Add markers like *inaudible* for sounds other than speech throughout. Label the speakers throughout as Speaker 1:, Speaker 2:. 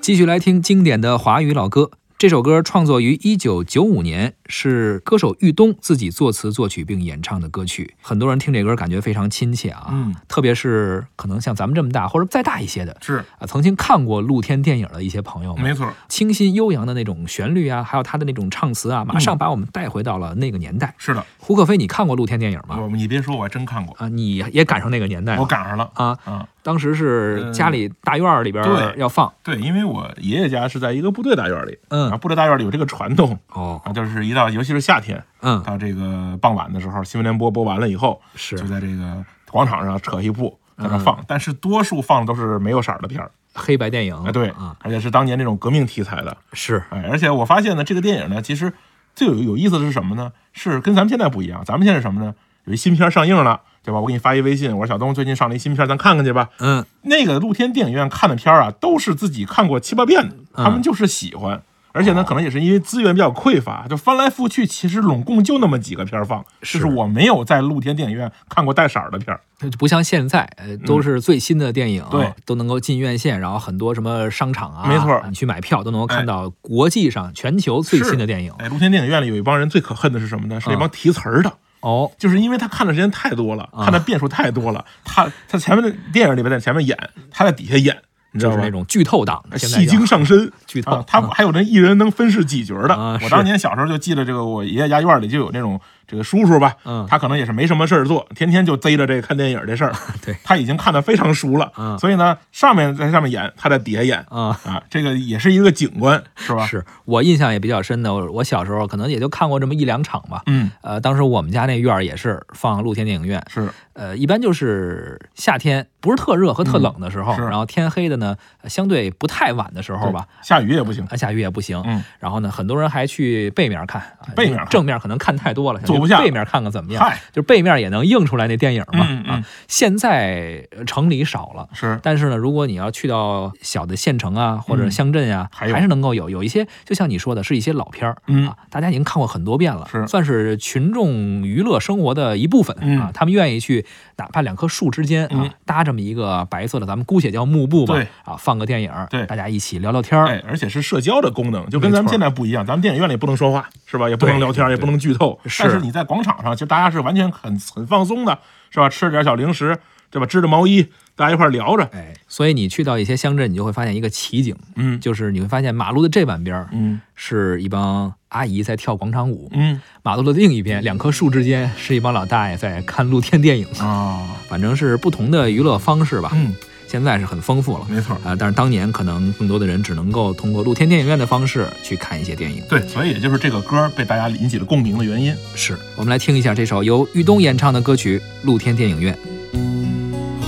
Speaker 1: 继续来听经典的华语老歌。这首歌创作于一九九五年，是歌手玉东自己作词作曲并演唱的歌曲。很多人听这歌感觉非常亲切啊，
Speaker 2: 嗯
Speaker 1: 特别是可能像咱们这么大或者再大一些的
Speaker 2: 是
Speaker 1: 啊，曾经看过露天电影的一些朋友们，
Speaker 2: 没错，
Speaker 1: 清新悠扬的那种旋律啊，还有他的那种唱词
Speaker 2: 嗯
Speaker 1: 啊，马上把我们带回到了那个年代。
Speaker 2: 是的，
Speaker 1: 胡可飞，你看过露天电影吗？
Speaker 2: 我你别说，我还真看过，
Speaker 1: 啊，你也赶上那个年代了
Speaker 2: 我赶上了
Speaker 1: 啊！
Speaker 2: 啊。
Speaker 1: 当时是
Speaker 2: 嗯
Speaker 1: 家里大院儿里边儿
Speaker 2: 对
Speaker 1: 要放，
Speaker 2: 对，因为我爷爷家是在一个部队大院里，
Speaker 1: 嗯
Speaker 2: 啊，部队大院里有这个传统
Speaker 1: 哦，
Speaker 2: 啊，就是一到尤其是夏天，
Speaker 1: 嗯，
Speaker 2: 到这个傍晚的时候，新闻联播播完了以后，
Speaker 1: 是嗯
Speaker 2: 就在这个广场上扯一布在那放，但是多数放的都是没有色儿的片儿，
Speaker 1: 黑白电影
Speaker 2: 哎，对
Speaker 1: 啊，，
Speaker 2: 而且是当年那种革命题材的，
Speaker 1: 是
Speaker 2: 哎，而且我发现呢，这个电影呢，其实最有有意思的是什么呢？是跟咱们现在不一样，咱们现在是什么呢？有一新片上映了，对吧？我给你发一微信，我说小东最近上了一新片，咱看看去吧。
Speaker 1: 嗯，
Speaker 2: 那个露天电影院看的片儿啊，都是自己看过七八遍的，他们就是喜欢。而且呢，可能也是因为资源比较匮乏，就翻来覆去，其实拢共就那么几个片儿放。
Speaker 1: 是
Speaker 2: 就是我没有在露天电影院看过带色儿的片儿。
Speaker 1: 它就不像现在，呃，都是最新的电影、
Speaker 2: 嗯对
Speaker 1: 都能够进院线，然后很多什么商场啊，
Speaker 2: 没错哎
Speaker 1: 你去买票都能够看到国际上全球最新的电影。
Speaker 2: 哎，露天电影院里有一帮人最可恨的是什么呢？是那帮提词儿的。
Speaker 1: 哦，
Speaker 2: 就是因为他看的时间太多了，
Speaker 1: 啊
Speaker 2: 看的遍数太多了，他他前面的电影里边在前面演，他在底下演，你知
Speaker 1: 就
Speaker 2: 道
Speaker 1: 是
Speaker 2: 吧
Speaker 1: 那？种剧透党，现在
Speaker 2: 戏精上身，
Speaker 1: 剧透
Speaker 2: 啊！他还有那一人能分饰几角的。
Speaker 1: 啊是
Speaker 2: 我当年小时候就记得这个，我爷爷家院里就有那种这个叔叔吧，
Speaker 1: 嗯，
Speaker 2: 他可能也是没什么事儿做，天天就贼着这个看电影这事儿
Speaker 1: *laughs* 对
Speaker 2: 他已经看得非常熟了，
Speaker 1: 嗯
Speaker 2: 所以呢，上面在上面演，他在底下演，
Speaker 1: 啊。
Speaker 2: 啊，这个也是一个景观，是吧？，
Speaker 1: 是我印象也比较深的，我我小时候可能也就看过这么一两场吧。
Speaker 2: 嗯，
Speaker 1: 呃，当时我们家那院儿也是放露天电影院，
Speaker 2: 是
Speaker 1: 呃，一般就是夏天不是特热和特冷的时候，
Speaker 2: 嗯是
Speaker 1: 然后天黑的呢，呃相对不太晚的时候吧，，
Speaker 2: 对下雨也不行，
Speaker 1: 啊，下雨也不行。
Speaker 2: 嗯，
Speaker 1: 然后呢，很多人还去背面看，啊
Speaker 2: 背面看
Speaker 1: 正面可能看太多了，想
Speaker 2: 坐不
Speaker 1: 去
Speaker 2: 下
Speaker 1: 背面看看怎么样？
Speaker 2: 嗨，
Speaker 1: 就是背面也能映出来那电影嘛。
Speaker 2: 嗯嗯
Speaker 1: 啊，现在呃城里少了。
Speaker 2: 是
Speaker 1: 但是呢，如果你要去到小的县城啊，或者
Speaker 2: 嗯
Speaker 1: 乡镇啊，
Speaker 2: 还有
Speaker 1: 还是能够有有一些，就像你说的，是一些老片儿，
Speaker 2: 嗯
Speaker 1: 啊，大家已经看过很多遍了，
Speaker 2: 是
Speaker 1: 算是群众娱乐生活的一部分、
Speaker 2: 嗯
Speaker 1: 啊。他们愿意去哪怕两棵树之间啊、
Speaker 2: 嗯
Speaker 1: 搭这么一个白色的，咱们姑且叫幕布吧，
Speaker 2: 对
Speaker 1: 啊，放个电影，
Speaker 2: 对
Speaker 1: 大家一起聊聊天儿，
Speaker 2: 哎，而且是社交的功能，就跟
Speaker 1: 没
Speaker 2: 咱们
Speaker 1: 错
Speaker 2: 现在不一样。咱们电影院里不能说话，是吧？也不
Speaker 1: 对
Speaker 2: 能聊天，
Speaker 1: 对
Speaker 2: 也不能剧透。
Speaker 1: 是
Speaker 2: 但是你在广场上，其实大家是完全很很放松的，是吧？吃点小零食，对吧？织着毛衣，大家一块儿聊着。
Speaker 1: 哎，所以你去到一些乡镇，你就会发现一个奇景，
Speaker 2: 嗯
Speaker 1: 就是你会发现马路的这半边儿
Speaker 2: 嗯
Speaker 1: 是一帮阿姨在跳广场舞，
Speaker 2: 嗯
Speaker 1: 马路的另一边，两棵树之间是一帮老大爷在看露天电影，
Speaker 2: 啊，
Speaker 1: 反正是不同的娱乐方式吧。
Speaker 2: 嗯，
Speaker 1: 现在是很丰富了。
Speaker 2: 没错。
Speaker 1: 啊，但是当年可能更多的人只能够通过露天电影院的方式去看一些电影。
Speaker 2: 对，所以也就是这个歌被大家引起了共鸣的原因。
Speaker 1: 是我们来听一下这首由玉东演唱的歌曲《露天电影院》。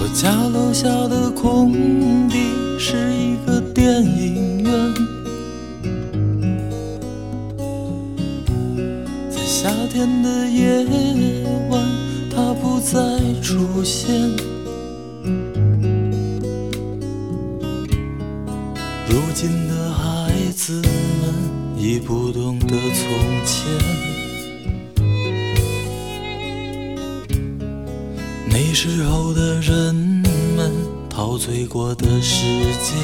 Speaker 3: 我家楼下的空地是一个电影院，在夏天的夜晚，它不再出现。如今的孩子们已不懂得从前。那时候的人们陶醉过的世界。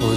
Speaker 3: 我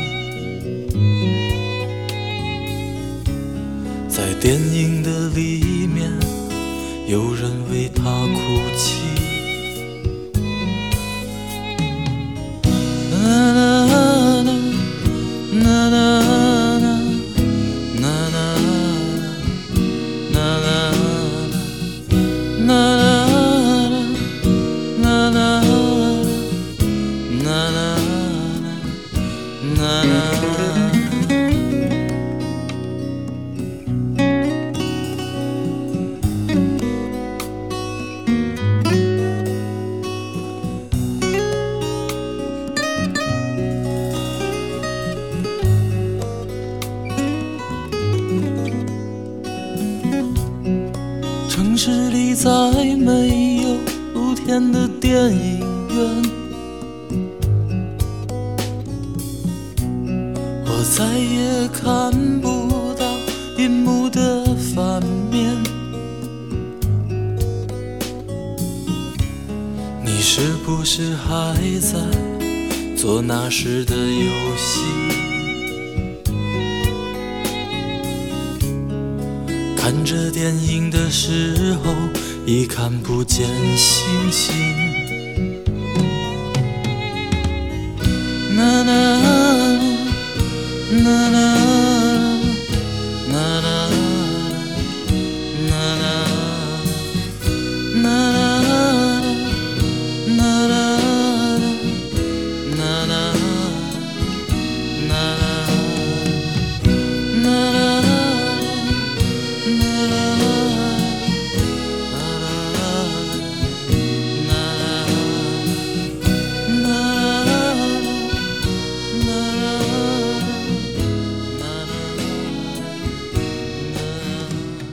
Speaker 3: 在电影的里面，有人为他哭泣。天的电影院，我再也看不到银幕的反面。你是不是还在做那时的游戏？看着电影的时候，已看不见星星。呐呐呐呐。